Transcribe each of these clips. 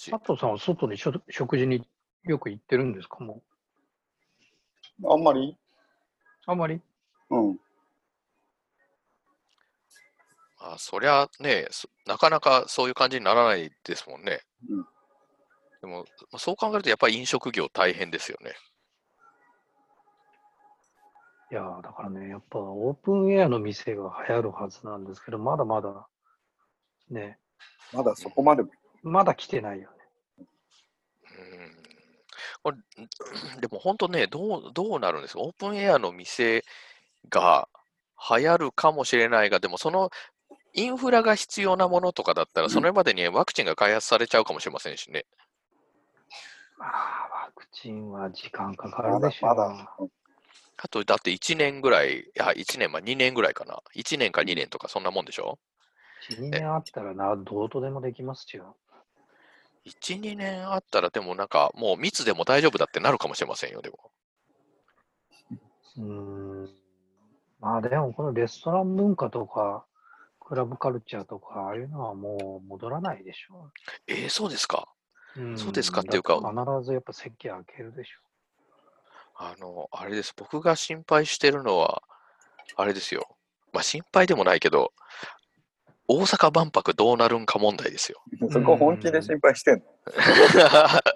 佐藤さんは外にしょ食事によく行ってるんですかもあんまり、う。あまりうん、あそりゃね、そなかなかそういう感じにならないですもんね。うんでも、まあそう考えるとやっぱり飲食業大変ですよね。いやーだからね、やっぱオープンエアの店が流行るはずなんですけど、まだまだ、ね、まだそこまでも。まだ来てないよね。うんこれでも本当ねどう、どうなるんですか、オープンエアの店が流行るかもしれないが、でもそのインフラが必要なものとかだったら、それまでにワクチンが開発されちゃうかもしれませんしね。ああ、ワクチンは時間かかまるだでしょまう。だ、うんあと、だって1年ぐらい、あ、1年、まあ2年ぐらいかな。1年か2年とか、そんなもんでしょ1、2年あったらな、どうとでもできますよ。 ?1、2年あったら、でもなんか、もう密でも大丈夫だってなるかもしれませんよ、でも。うーん。まあでも、このレストラン文化とか、クラブカルチャーとか、ああいうのはもう戻らないでしょえー、そうですか。う。そうですかんっていうかだて必ずやっぱ席開けるでしょあの、あれです。僕が心配してるのは、あれですよ。まあ、心配でもないけど、大阪万博どうなるんか問題ですよ。そこ本気で心配してんの、い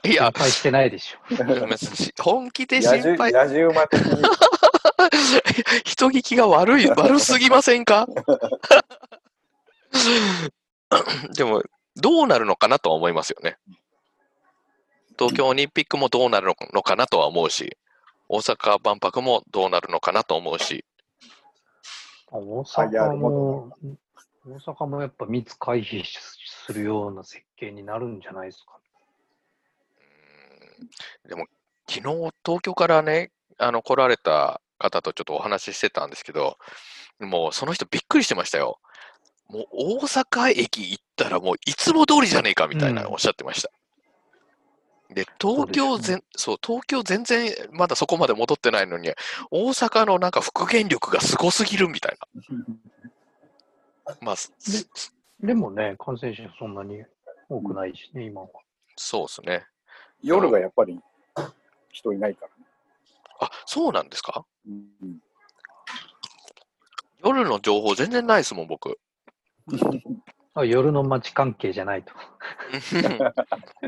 心や、配してないでしょ。し本気で野心獣配、野獣馬的に 人聞きが悪い、悪すぎませんか でも、どうなるのかなとは思いますよね。東京オリンピックもどうなるのかなとは思うし、大阪万博もどうなるのかなと思うし、大あいや阪も、大阪もやっぱ密回避しするような設計になるんじゃないですか。うんでも、昨日東京からね、あの来られた方とちょっとお話ししてたんですけど、もうその人びっくりしてましたよ。もう大阪駅行ったらもういつも通りじゃねえかみたいなうんおっしゃってました。で、東京そうです全、そう、東京全然まだそこまで戻ってないのに、大阪のなんか復元力がすごすぎるみたいな。まあ、すででもね、感染者そんなに多くないしね、今は。そうですね。夜がやっぱり人いないから、あ、そうなんですかうん夜の情報全然ないですもん、僕。あ夜の街関係じゃないと。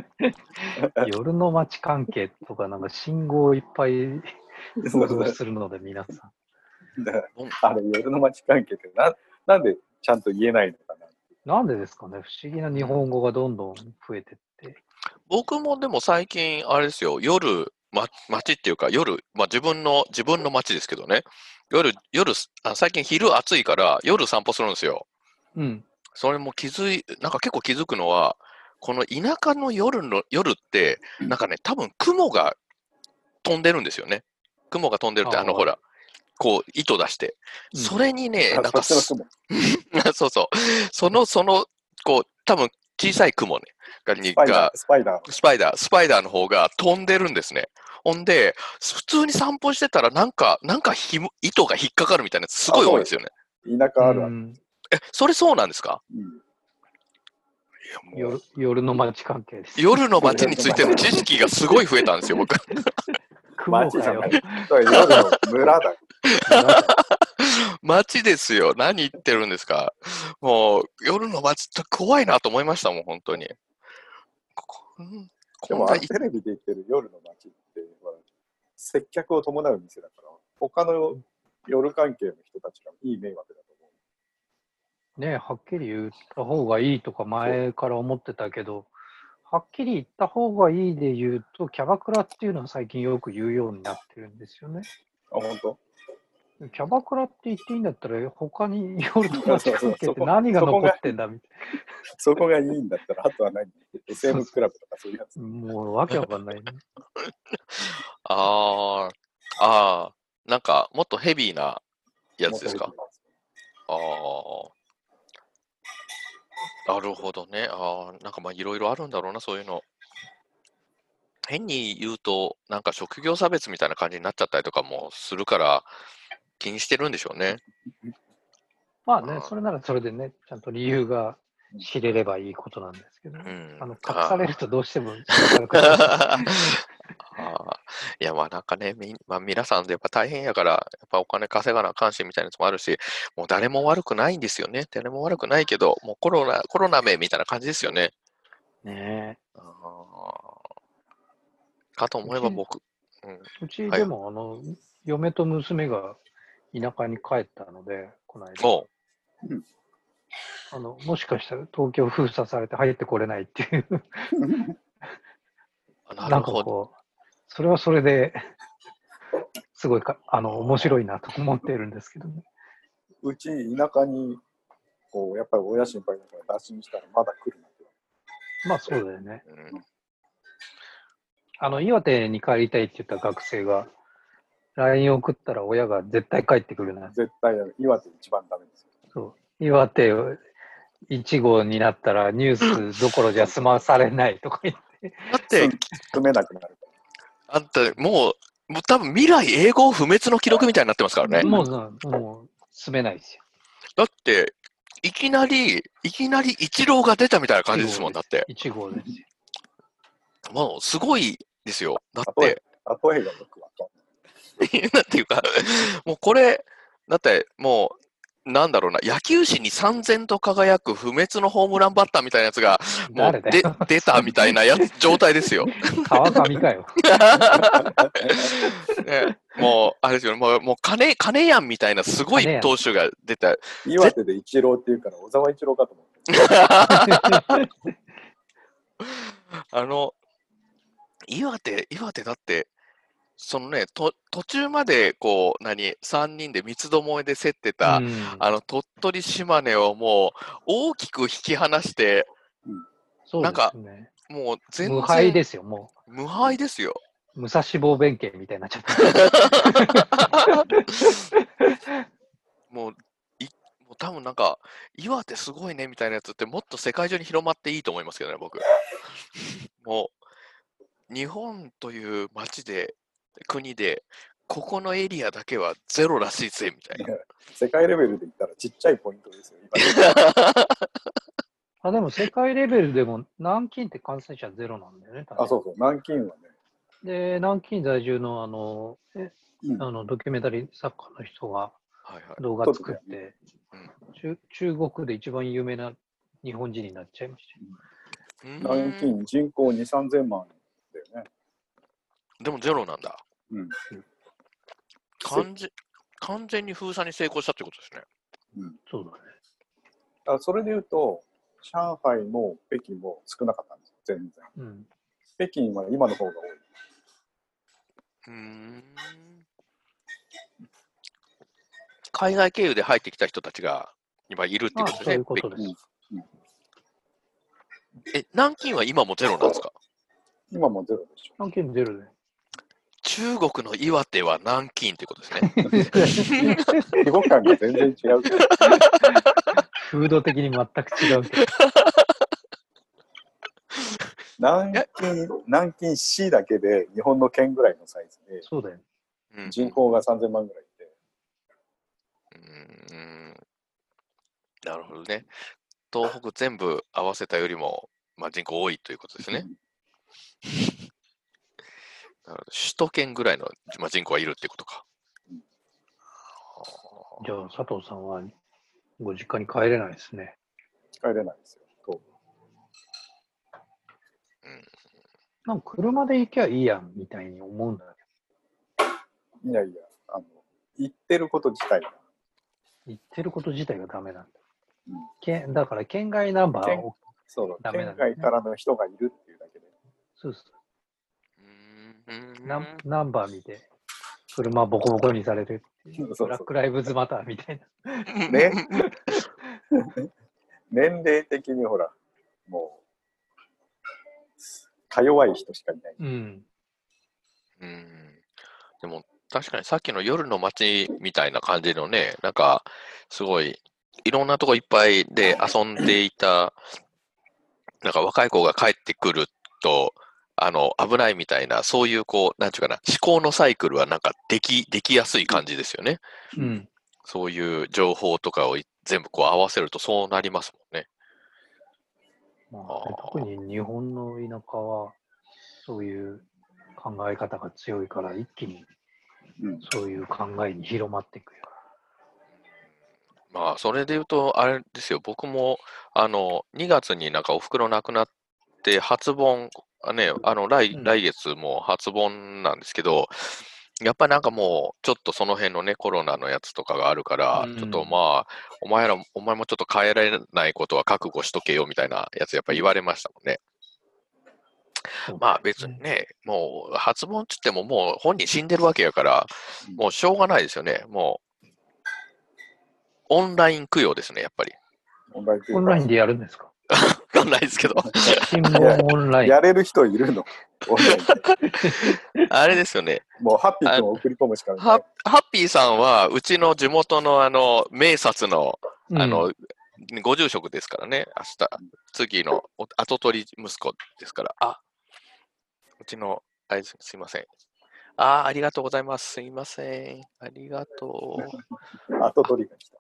夜の街関係とか、なんか信号をいっぱいそ想 うそう像するので、皆さだからあれ夜の街関係ってななんでちゃんと言えないのかな、ん。なんでですかね、不思議な日本語がどんどん増えてって。僕もでも最近、あれですよ、夜、ま、街っていうか、夜、まあ、自分の、自分の街ですけどね、夜、夜、あ最近昼暑いから、夜散歩するんですよ。うん。それも気づい、なんか結構気づくのは、この田舎の夜の、夜って、なんかね、多分雲が飛んでるんですよね。雲が飛んでるって、ああの、ーほら、こう、糸出して。うんそれにね、あなんかそっちの雲そう そう。その、その、こう、多分小さい雲ね、が、にスパイがダースパイダースパイダー、スパイダーの方が飛んでるんですね。ほんで、普通に散歩してたら、なんか、なんかひも糸が引っかかるみたいなやつ、すごい多いですよね。田舎あるあうる、んえ、それそうなんですかうんいやもう夜夜の街関係です。夜の街についての知識がすごい増えたんですよ、僕。 雲かよ街。 じだから夜の村だ街ですよ。何言ってるんですか。もう、夜の街って怖いなと思いましたもん、本当に。こんでこんもなあいれテレビで言ってる夜の街ってほら接客を伴う店だから他の夜関係の人たちがいい迷惑だと思ねはっきり言った方がいいとか前から思ってたけど、はっきり言った方がいいで言うと、キャバクラっていうのは最近よく言うようになってるんですよね。う。あ本当キャバクラって言っていいんだったら、他に夜の街関係って何が残ってんだみたいそこがいいんだったらあとは何 ?SM クラブとかそういうやつ。な。もうわけわかんない、ね。あー、あー、なんか、もっとヘビーなやつですか。ああ。なるほどね。ああ、なんかまあいろいろあるんだろうな、そういうの。変に言うと、なんか職業差別みたいな感じになっちゃったりとかもするから、気にしてるんでしょうね。まあね、それならそれでね、ちゃんと理由が知れればいいことなんですけど、うんあの隠あー されるとどうしても知らなくなっちゃうあーいやまあなんかね、みんまあ、皆さんでやっぱ大変やから、やっぱお金稼がなあかんしみたいなやつもあるし、もう誰も悪くないんですよね。誰も悪くないけど、もうコロナ、コロナ名みたいな感じですよね。 ねあーかと思えば僕、うん、えうちでも、あの嫁と娘が田舎に帰ったので、この間おうあの、もしかしたら東京封鎖されて入ってこれないっていう、ななるんかほど。こう、それはそれですごいかあの面白いなと思っているんですけどね。うち田舎に、こう、やっぱり親心配だから打診したらまだ来るなって。まあそうだよね。うんあの、岩手に帰りたいって言った学生が、LINE 送ったら親が絶対帰ってくるな。絶対やる岩手一番ダメですよ。そう。岩手1号になったらニュースどころじゃ済まされないとか言って。だって、組めなくなるから。あんた、もう、もう多分未来永劫不滅の記録みたいになってますからね。もう、うんもう、住めないですよ。だって、いきなり、いきなり一郎が出たみたいな感じですもん、だって。 1号ですよ。もう、すごいですよ。だって、例えが僕は。 なんていうか、もうこれ、だって、もう、なんだろうな、野球史に三千と輝く不滅のホームランバッターみたいなやつが、も誰うだでよ。出たみたいなやつ状態ですよ。川上かよ。 ね、もう、あれですよね、もう、もう金、金やんみたいなすご金やいん投手が出た。岩手で一郎っていうから小沢一郎かと思って。あの、岩手、岩手だって、そのね、と途中まで、こう、何、3人で三つどもえで競ってた、うんあの、鳥取、島根をもう、大きく引き離して、そうなんかですね。もう全然無敗ですよ、も無敗ですよ。う。武蔵坊弁慶みたいになっちゃった。 もう、いもう多分なんか、岩手すごいねみたいなやつって、もっと世界中に広まっていいと思いますけどね、僕。もう、日本という街で、国で、ここのエリアだけはゼロらしいぜ、みたいな。世界レベルで言ったらちっちゃいポイントですよ。今 あでも世界レベルでも南京って感染者ゼロなんだよね。あ、そうそう。南京はね、うで、南京在住のあのえうんあのドキュメンタリー作家の人がはいはい。動画作ってそうだよ、中中国で一番有名な日本人になっちゃいましう南ーん京人口2、3000万だよね。でもゼロなんだ。うん。完全完全に封鎖に成功したってことですね。た。そうだね。あそれで言うと、上海も北京も少なかったんですよ、全然。うん。北京は今の方が多い。うーん海外経由で入ってきた人たちが今いるってまことであ、そすういねう。ことです。え、南京は今もゼロなんですか今もゼロでしょ。南京ゼロで。中国の岩手は南京ってことですね。規模感が全然違 うけど。風土的に全く違うけど。南京、南京市だけで日本の県ぐらいのサイズで、そうだよね。うん人口が3000万ぐらいいて、うーんなるほどね。東北全部合わせたよりも、まあ、人口多いということ ですね。なるほど首都圏ぐらいの、まあ、人口がいるってことか。じゃあ、佐藤さんはご実家に帰れないですね。帰れないですよ。となんか車で行きゃいいやんみたいに思うんだけいやいや、あの、言ってること自体が、ど、行ってること自体がダメなんだうん。けだから、県外ナンバーを、そう、ダメな県んだね外からの人がいるっていうだけで、そうそううーんナンナンバー見て、車ボコボコにされるっていうそうそうブラックライブズマターみたいな。ね。年齢的にほら、もう、か弱い人しかいない。うん。うんでも確かにさっきの夜の街みたいな感じのね、なんかすごいいろんなとこいっぱいで遊んでいた、なんか若い子が帰ってくると、あの危ないみたいな、そういうこう、なんちゅうかな、思考のサイクルはなんかでき、できやすい感じですよね。うん。そういう情報とかをい全部こう合わせるとそうなりますもんね。まああ、ーで特に日本の田舎は、そういう考え方が強いから、一気にうんそういう考えに広まっていくよ。まあ、それで言うと、あれですよ、僕も、あの、2月になんかお袋亡くなって、初盆、あね、あの、来、うん来月も初盆なんですけど、やっぱなんかもう、ちょっとその辺のね、コロナのやつとかがあるからうん、ちょっとまあ、お前ら、お前もちょっと変えられないことは覚悟しとけよ、みたいなやつやっぱ言われましたもんね。まあ別にね、もう、初盆っつってももう本人死んでるわけやから、もうしょうがないですよね、もう。オンライン供養ですね、やっぱり。オンラインというかオンラインでやるんですかわかんないですけど、 新聞オンラインや。れる人 いるの。オンラインであれですよね。もうハッピー君を送り込むしかない。ハハッピーさんは、うちの地元のあの、名察の、うんあの、ご住職ですからね、明日、次のお後取り息子ですから、あ、うちの、あれですすいません。あーありがとうございます。すいません。ありがとう。後取りが来た。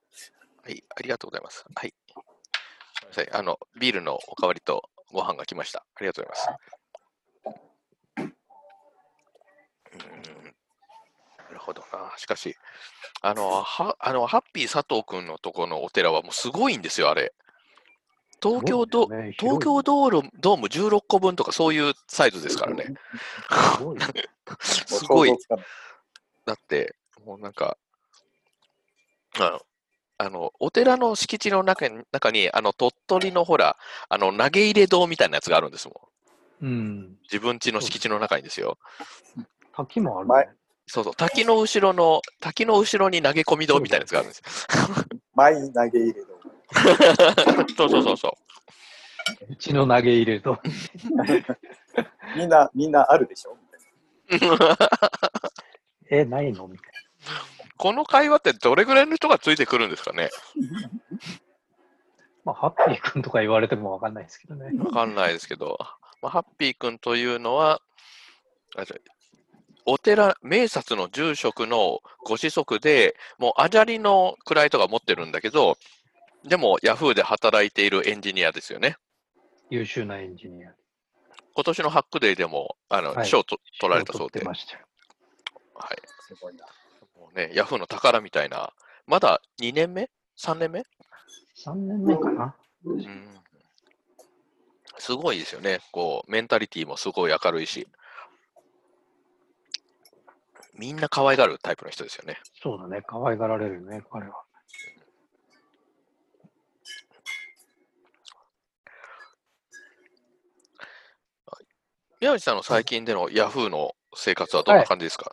はい、ありがとうございます。はい。すいません。あの、ビールのおかわりとご飯が来ました。ありがとうございます。うーんなるほどな。しかし、あの、はあのハッピー佐藤君のとこのお寺はもうすごいんですよ、あれ。東京ド,、そうですね東京ドールドーム16個分とかそういうサイズですからね。すごいねすごいもう想像つかないだって、もうなんか、あの、あのお寺の敷地の中に、中にあの鳥取のほら、あの投げ入れ堂みたいなやつがあるんですもん。うん。自分家の敷地の中にですよ。滝もある、前ね。そうそう、滝の後ろの、滝の後ろに投げ込み堂みたいなやつがあるんですよ。前に投げ入れる。 そうそうそうそう。うちの投げ入れと。みんな、みんなあるでしょみたい え、ないのみたいこの会話ってどれぐらいの人がついてくるんですかねな。まあ、ハッピー君とか言われてもわかんないですけどね。わかんないですけど、まあ、ハッピー君というのは、あじゃお寺、名刹の住職のご子息で、もうアジャリの位とか持ってるんだけど、でもヤフーで働いているエンジニアですよね。優秀なエンジニア。今年のハックデーでも、あの、はい賞と取られたそうで、取ってはましたよい。な。すごいな。もうね、ヤフーの宝みたいな、まだ2年目 ?3 年目3年目かな。うんすごいですよね。こう、メンタリティもすごい明るいし、みんな可愛がるタイプの人ですよね。そうだね。可愛がられるね、彼は。宮内さんの最近でのヤフーの生活はどんな感じですか、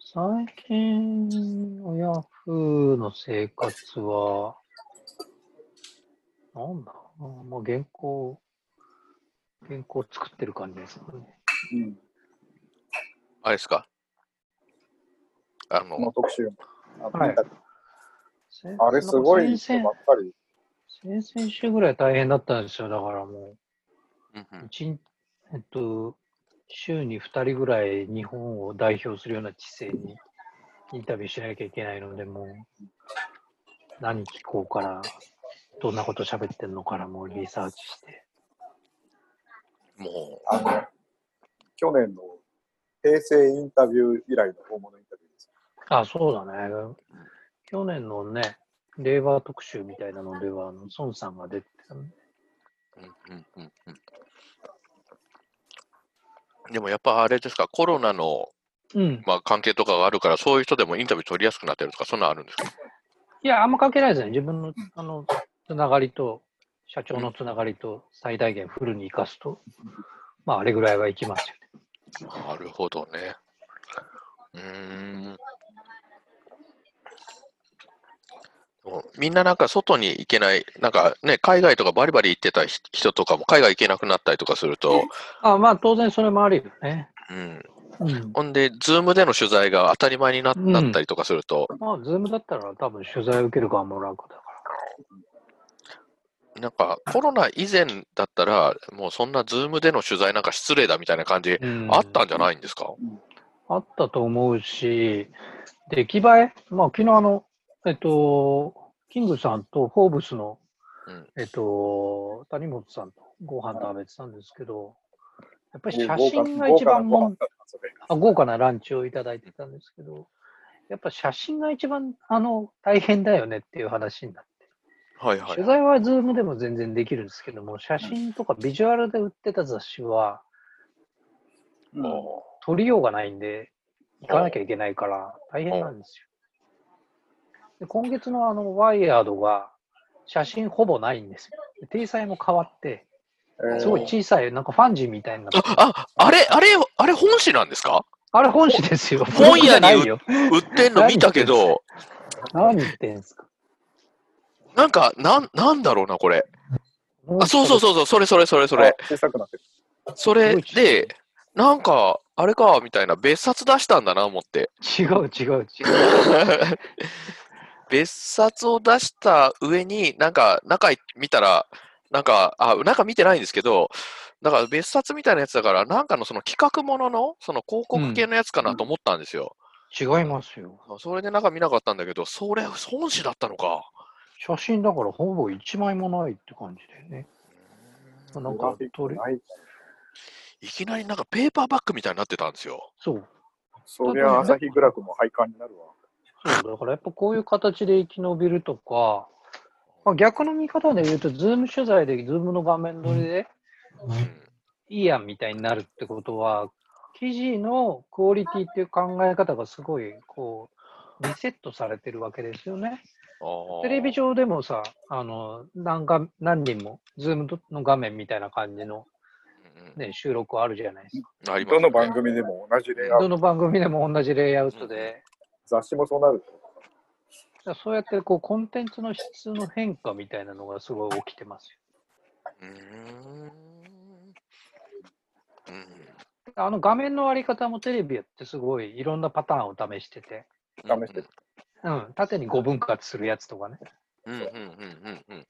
最近のヤフーの生活は、なんだろうな、まあ、原稿、原稿を作ってる感じですかね。うん。あれですかあこのの、特集も。あはい見たあれすごい人先ばっかり。々先々週ぐらい大変だったんですよ。だからもうんうう、ん一日えっと、週に2人ぐらい日本を代表するような知性にインタビューしなきゃいけないので、もう、何聞こうから、どんなこと喋ってんのから、もうリサーチして。もあの、去年の平成インタビュー以来の大物インタビューです。あ、そうだね。去年のね、令和特集みたいなのでは、あの孫さんが出てたねう、うんうんうんうんでもやっぱあれですか、コロナの、うん。まあ、関係とかがあるから、そういう人でもインタビュー取りやすくなってるとか、そんなのあるんですかいや、あんま関係ないですね。自分のあのつながりと、社長のつながりと最大限フルに生かすと、まあ、あれぐらいはいきますよね。なるほどね。うーん。もうみんななんか外に行けない、なんかね、海外とかバリバリ行ってた人人とかも海外行けなくなったりとかすると、あまあ、当然それもあるよね。うん、うん。ほんで、ズームでの取材が当たり前にななったりとかすると、まあ、ズームだったら多分取材受ける側も楽だから。なんかコロナ以前だったら、もうそんなズームでの取材なんか失礼だみたいな感じ、うんあったんじゃないんですか、あったと思うし、出来栄え、まあ、昨日あの、えっと、キングさんとフォーブスのうんえっと、谷本さんとご飯食べてたんですけど、やっぱり写豪華真が一番豪華なごも飯だったんですよねあ豪華なランチをいただいてたんですけど、やっぱ写真が一番あの大変だよねっていう話になって、はいはい取はい。材は Zoom でも全然できるんですけども、写真とかビジュアルで売ってた雑誌はうんおー撮りようがないんで、行かなきゃいけないから大変なんですよ。で今月のあのワイヤードが写真ほぼないんですよ。で体裁も変わって、えーすごい小さい、なんかファンジーみたいになってて、あ、あれ、あれ、あれ本誌なんですかあれ本誌ですよ。本屋にブログじゃないよ。売ってんの見たけど、何言ってんすか。なんか、なん、なんだろうな、これ。あ、そうそうそうそう、それそれそれそれ。あ小さくなってる。それで、なんか、あれか、みたいな、別冊出したんだな、思って。違う違う違う。 別冊を出した上に、なんか、中見たら、なんか、あ、中見てないんですけど、だから別冊みたいなやつだから、なんかのその企画ものの、その広告系のやつかなと思ったんですよ。違いますよ。それで中見なかったんだけど、それ、本誌だったのか。写真だからほぼ1枚もないって感じだよね。なんか撮り、ないいきなりなんかペーパーバッグみたいになってたんですよ。そう。そりゃ朝日グラフも廃刊になるわ。そうだからやっぱこういう形で生き延びるとか、まあ、逆の見方で言うと、ズーム取材で、ズームの画面撮りでうんいいやんみたいになるってことは、記事のクオリティっていう考え方がすごい、こう、リセットされてるわけですよね。あーテレビ上でもさ、あの、何が何人も、ズームの画面みたいな感じの、うんね、収録あるじゃないですかうんありますよどねの番組でも同じレイアウどト、の番組でも同じレイアウトで、雑誌もそうなるってことかだからそうやってこうコンテンツの質の変化みたいなのがすごい起きてますよ。うーんうんあの画面の割り方もテレビやってすごいいろんなパターンを試してて、試してるうん、縦に5分割するやつとかね。うんうんうんうんうん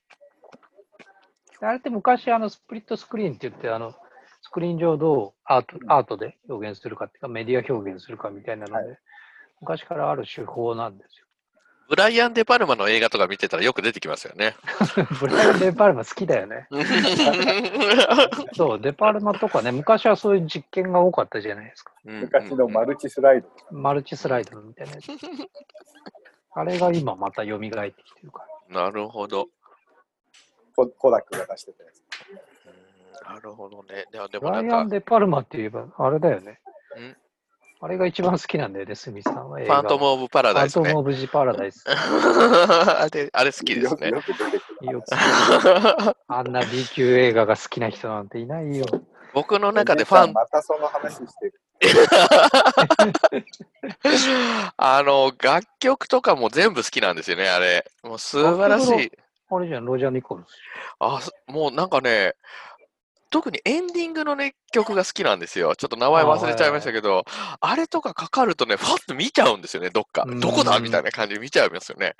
であれって昔あのスプリットスクリーンって言ってあのスクリーン上どうアートアートで表現するかっていうかメディア表現するかみたいなので、昔からある手法なんですよ。 ブライアン・デ・パルマの映画とか見てたらよく出てきますよね。ブライアン・デ・パルマ好きだよね。そう、デ・パルマとかね、昔はそういう実験が多かったじゃないですか。昔のマ丸ルチスライドとか、マルチスライドみたいなや つ。あれが今また蘇ってきてるから。なるほど。ココダックが出してたやつ。うんなるほどね。でもでブもなラんイアかン・、デ・パルマって言えば、あれだよねん。あれが一番好きなんだよね、スミスさんは。ファントム・オブ・オブ・パラダイスファントねム・。オブ・ジ・パラダイ ス。あれあれ好きですねよ。くよく出てくる。よくあんな B 級映画が好きな人なんていないよ。 僕の中でファおじン、いちゃんまたその話してる。 あの、楽曲とかも全部好きなんですよね、あれ。もう素晴らし楽曲いの。あれじゃん、ロジャー・ニコルス。あ、すもうなんかね、特にエンディングのね、曲が好きなんですよ。ちょっと名前忘れちゃいましたけど、あれとかかかるとね、ファッと見ちゃうんですよね、どっかう。んどこだみたいな感じで見ちゃいますよね。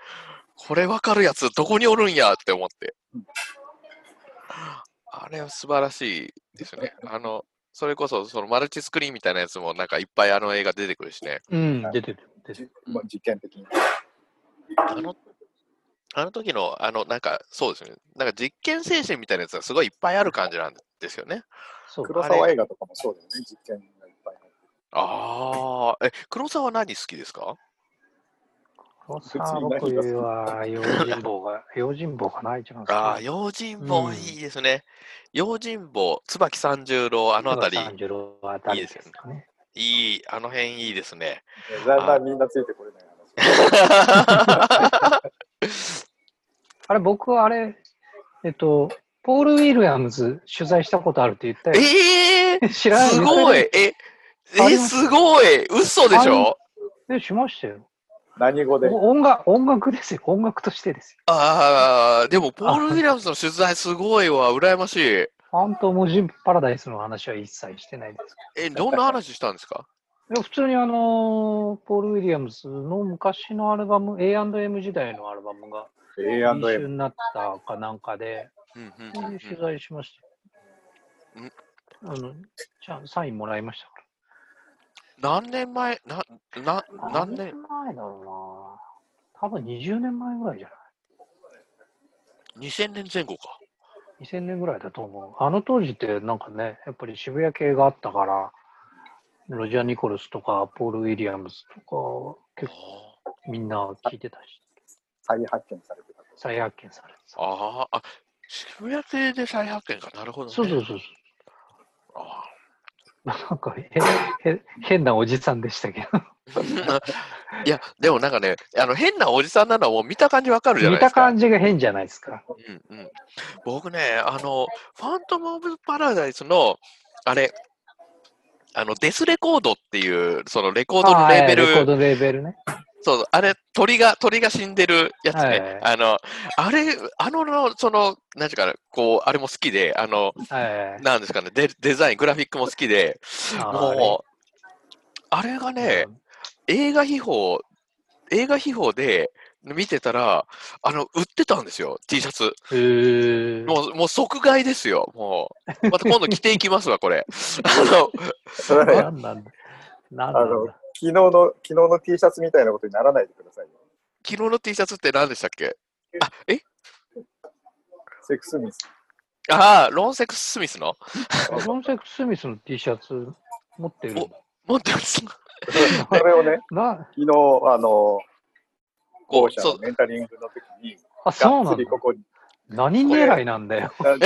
これわかるやつ、どこにおるんやって思ってうん。あれは素晴らしいですよ ね。あの、それこそ、そのマルチスクリーンみたいなやつも、なんかいっぱいあの映画出てくるしね。うん、出てる。出てじるまあ、実験的に。あの、あの時の、あの、なんか、そうですよね。なんか実験精神みたいなやつがすごいいっぱいある感じなんですよね。そう。黒沢映画とかもそうだよね、実験がいっぱい入ってる。ああ、え、黒沢何好きですか黒沢僕は、用心棒が、用心棒がないじゃん。ああ、用心棒うんいいですね。用心棒、椿三十郎、あのあたり、 36あたりですかね。いい、あの辺いいです ね。だんだんみんなついてこれない話。あれ、僕はあれ、えっと、ポール・ウィリアムズ取材したことあるって言ったよ。ええー、 知らないすごい、絶え、ありえ、ますすごい、嘘でしょ対え、しましたよ。何語でお音楽、音楽ですよ。音楽としてですよ。ああ、でも、ポール・ウィリアムズの取材すごいわ、羨ましい。ファントム・ジン・パラダイスの話は一切してないですえ、どんな話したんですかけど。で普通にあのーポール・ウィリアムズの昔のアルバム、A&M 時代のアルバムが A&M 一緒になったかなんかで、うんうんそううんういんう取材しましたうんよ。あの、じゃあサインもらいましたか何年前、な、な、ら。何年、前だろうな。多分20年前ぐらいじゃない2000年前後か。 2000年ぐらいだと思う。あの当時ってなんかね、やっぱり渋谷系があったから、ロジャー・ニコルスとか、ポール・ウィリアムスとか、結あ構みんな聞いてたし、再発見されてた。再発見されてた。ーあ、渋谷系で再発見か。なるほど、ね。そうそうそうそう。あなんかへへ変なおじさんでしたけど。ーいや、でもなんかね、あの変なおじさんなのはもう見た感じわかるじゃな見いでたすか。感じが変じゃないですか。うんうん、僕ね、あの、ファントム・オブ・パラダイスの、あれ、あのデスレコードっていう、そのレコードのあーレーベはいレコール、ドレーベルね。そうそう、あれ、鳥が、鳥が死んでるやつね、はいはいあの、あれ、あのの、その、なんていうかな、こう、あれも好きで、あの、はい。なんですかね、デデザイン、グラフィックも好きで、あーもう、あれがね、映画秘宝、映画秘宝で見てたら、あの、売ってたんですよ、T シャツ。へーもう、もう即買いですよ。もう。また今度着ていきますわ、これ。あの、それはね、なんなんだ。なんなあんのだ。昨日の昨日の T シャツみたいなことにならないでくださいよ。昨日の T シャツって何でしたっけあ、えセック スミス。ああ、ロンセックス・スミスのロンセックス・スミスの T シャツ持ってるんだ持ってます。 それをね、な昨日、あの、こ校う、舎そのう。メンタリングの時に、あ、がそうっなつんだり。ここに。何狙いなんだよ。だい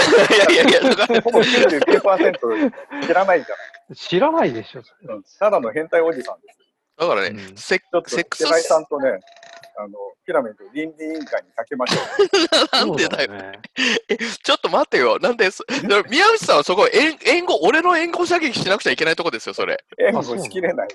やいやいや、だからほぼ99%知らないんじゃ知らないでしょ。そない。ただの変態おじさんです。だかられね、セッちょっと、セックス世界さんとね、あの、ピラミッド倫理委員会にかけましょ う。なんでだよ。そうねえちょっと待ってよ。なんで、そ宮内さんはそこ、援援護、俺の援護射撃しなくちゃいけないとこですよ、それ。援護しきれない。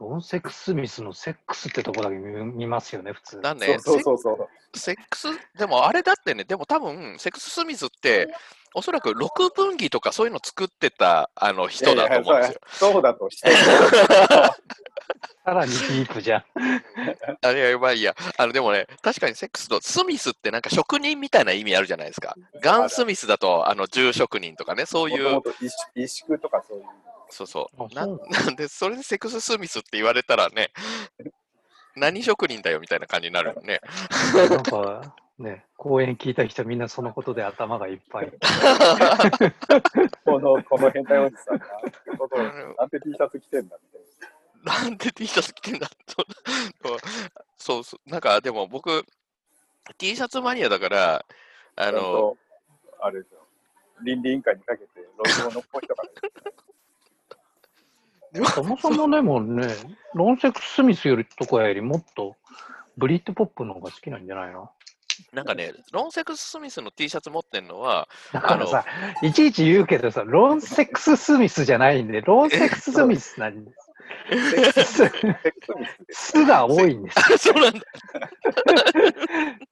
ロンセックス・スミスのセックスってとこだけ見見ますよね、普通。なんで、そうそうそうそう。セックス、でもあれだってね、でも多分、セックス・スミスって、おそらく六分儀とかそういうの作ってたあの人だと思うんですよ。そうそうだとして。さらにディープじゃん。あれはまあいいや。あのでもね、確かにセックスと、スミスってなんか職人みたいな意味あるじゃないですか。ガン・スミスだと、あの、住職人とかね、そうもいともう、と萎縮萎縮とかそういう。そうそう。あなそうなんで、それでセックス・スミスって言われたらね、何職人だよみたいな感じになるよね。なんか、ね、講演聞いた人みんなそのことで頭がいっぱい。この、この変態おじさんが、ことをなんて T シャツ着てんだみたいなんで T シャツ着てんだと。そう そう。なんかでも僕、T シャツマニアだから、あな。ちゃの、んとあれですよ。倫理委員会にかけて、論文を残 しとかね。そもそもでもね、ロンセックス・スミスよりとかよりもっとブリッドポップの方が好きなんじゃないのなんかね、ロンセックス・スミスの T シャツ持ってんのは、だからさ、いちいち言うけどさ、ロンセックス・スミスじゃないんで、ロンセックス・スミスなんです。 すセックスミスです。すが多いんで す。そうなんだ。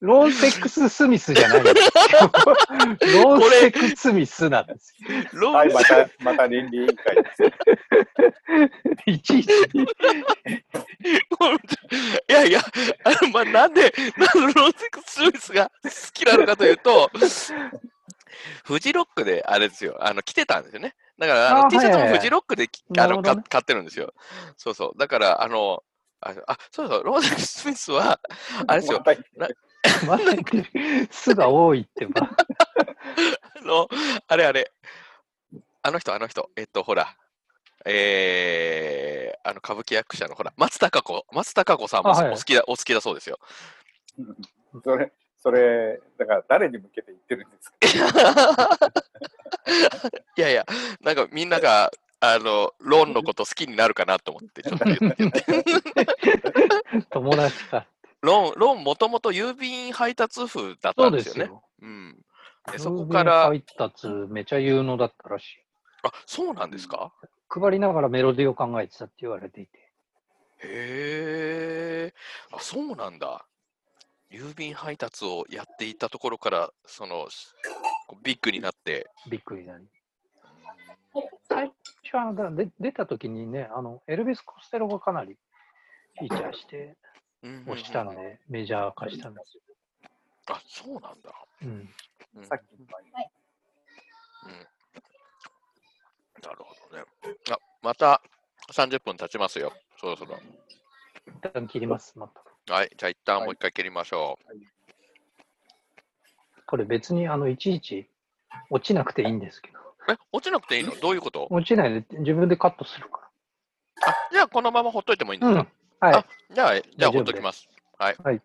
ロンセックス・スミスじゃないんですよ。ロンセックス・スミスなんですよ。ロはンい、また、また倫理委員会です。いちい ち。いやいや、あのまあ、なんで、なんでロンセックス・スミスが好きなのかというと、 フジロックであれですよ、あの着てたんですよね。だからあのあー T シャツもはいはいはいフジロックできあなるの、ほどかね買ってるんですよ。そうそう。だから、あの、ああそうそう、ロンセックス・スミスは、あれです よま、たまだ言ってるすが多いってば。あの、あれあれ、あの人、あの人、えっと、ほら、えー、あの歌舞伎役者のほら、松たか子、松たか子さんもおあはい好きだ、お好きだそうですよ。それ、それ、だから誰に向けて言ってるんですか いやいや、なんかみんなが、あの、ロンのこと好きになるかなと思って、ちょっと 言って言って。友達か。ロン、ロンもともと郵便配達夫だっそたうんでですよすね。よ。うん。でそこから、あ、郵便配達めちゃ有能だったらしい。そうなんですか配りながらメロディーを考えてたって言われていて。へえ。あ、そうなんだ。郵便配達をやっていたところから、その、こうビッグになって。びっくりだね。最初はだで出た時にね、あの、エルビス・コステロがかなりフィーチャーして、うんをしたんうんうんで、メジャー化したんですよ。あ、そうなんだ。うん。うんさっきの前に。なるほどね。あ、また30分経ちますよ。そろそろ。一旦切ります、また。はい、じゃあ一旦はいもう一回切りましょう。これ別にあのいちいち落ちなくていいんですけど、え、落ちなくていいのどういうこと落ちないで自分でカットするかあ、じゃあこのままほっといてもいいんら。ですうんか、。はいあ。じゃあ、じゃあ大丈ほ夫っときます。はい。はい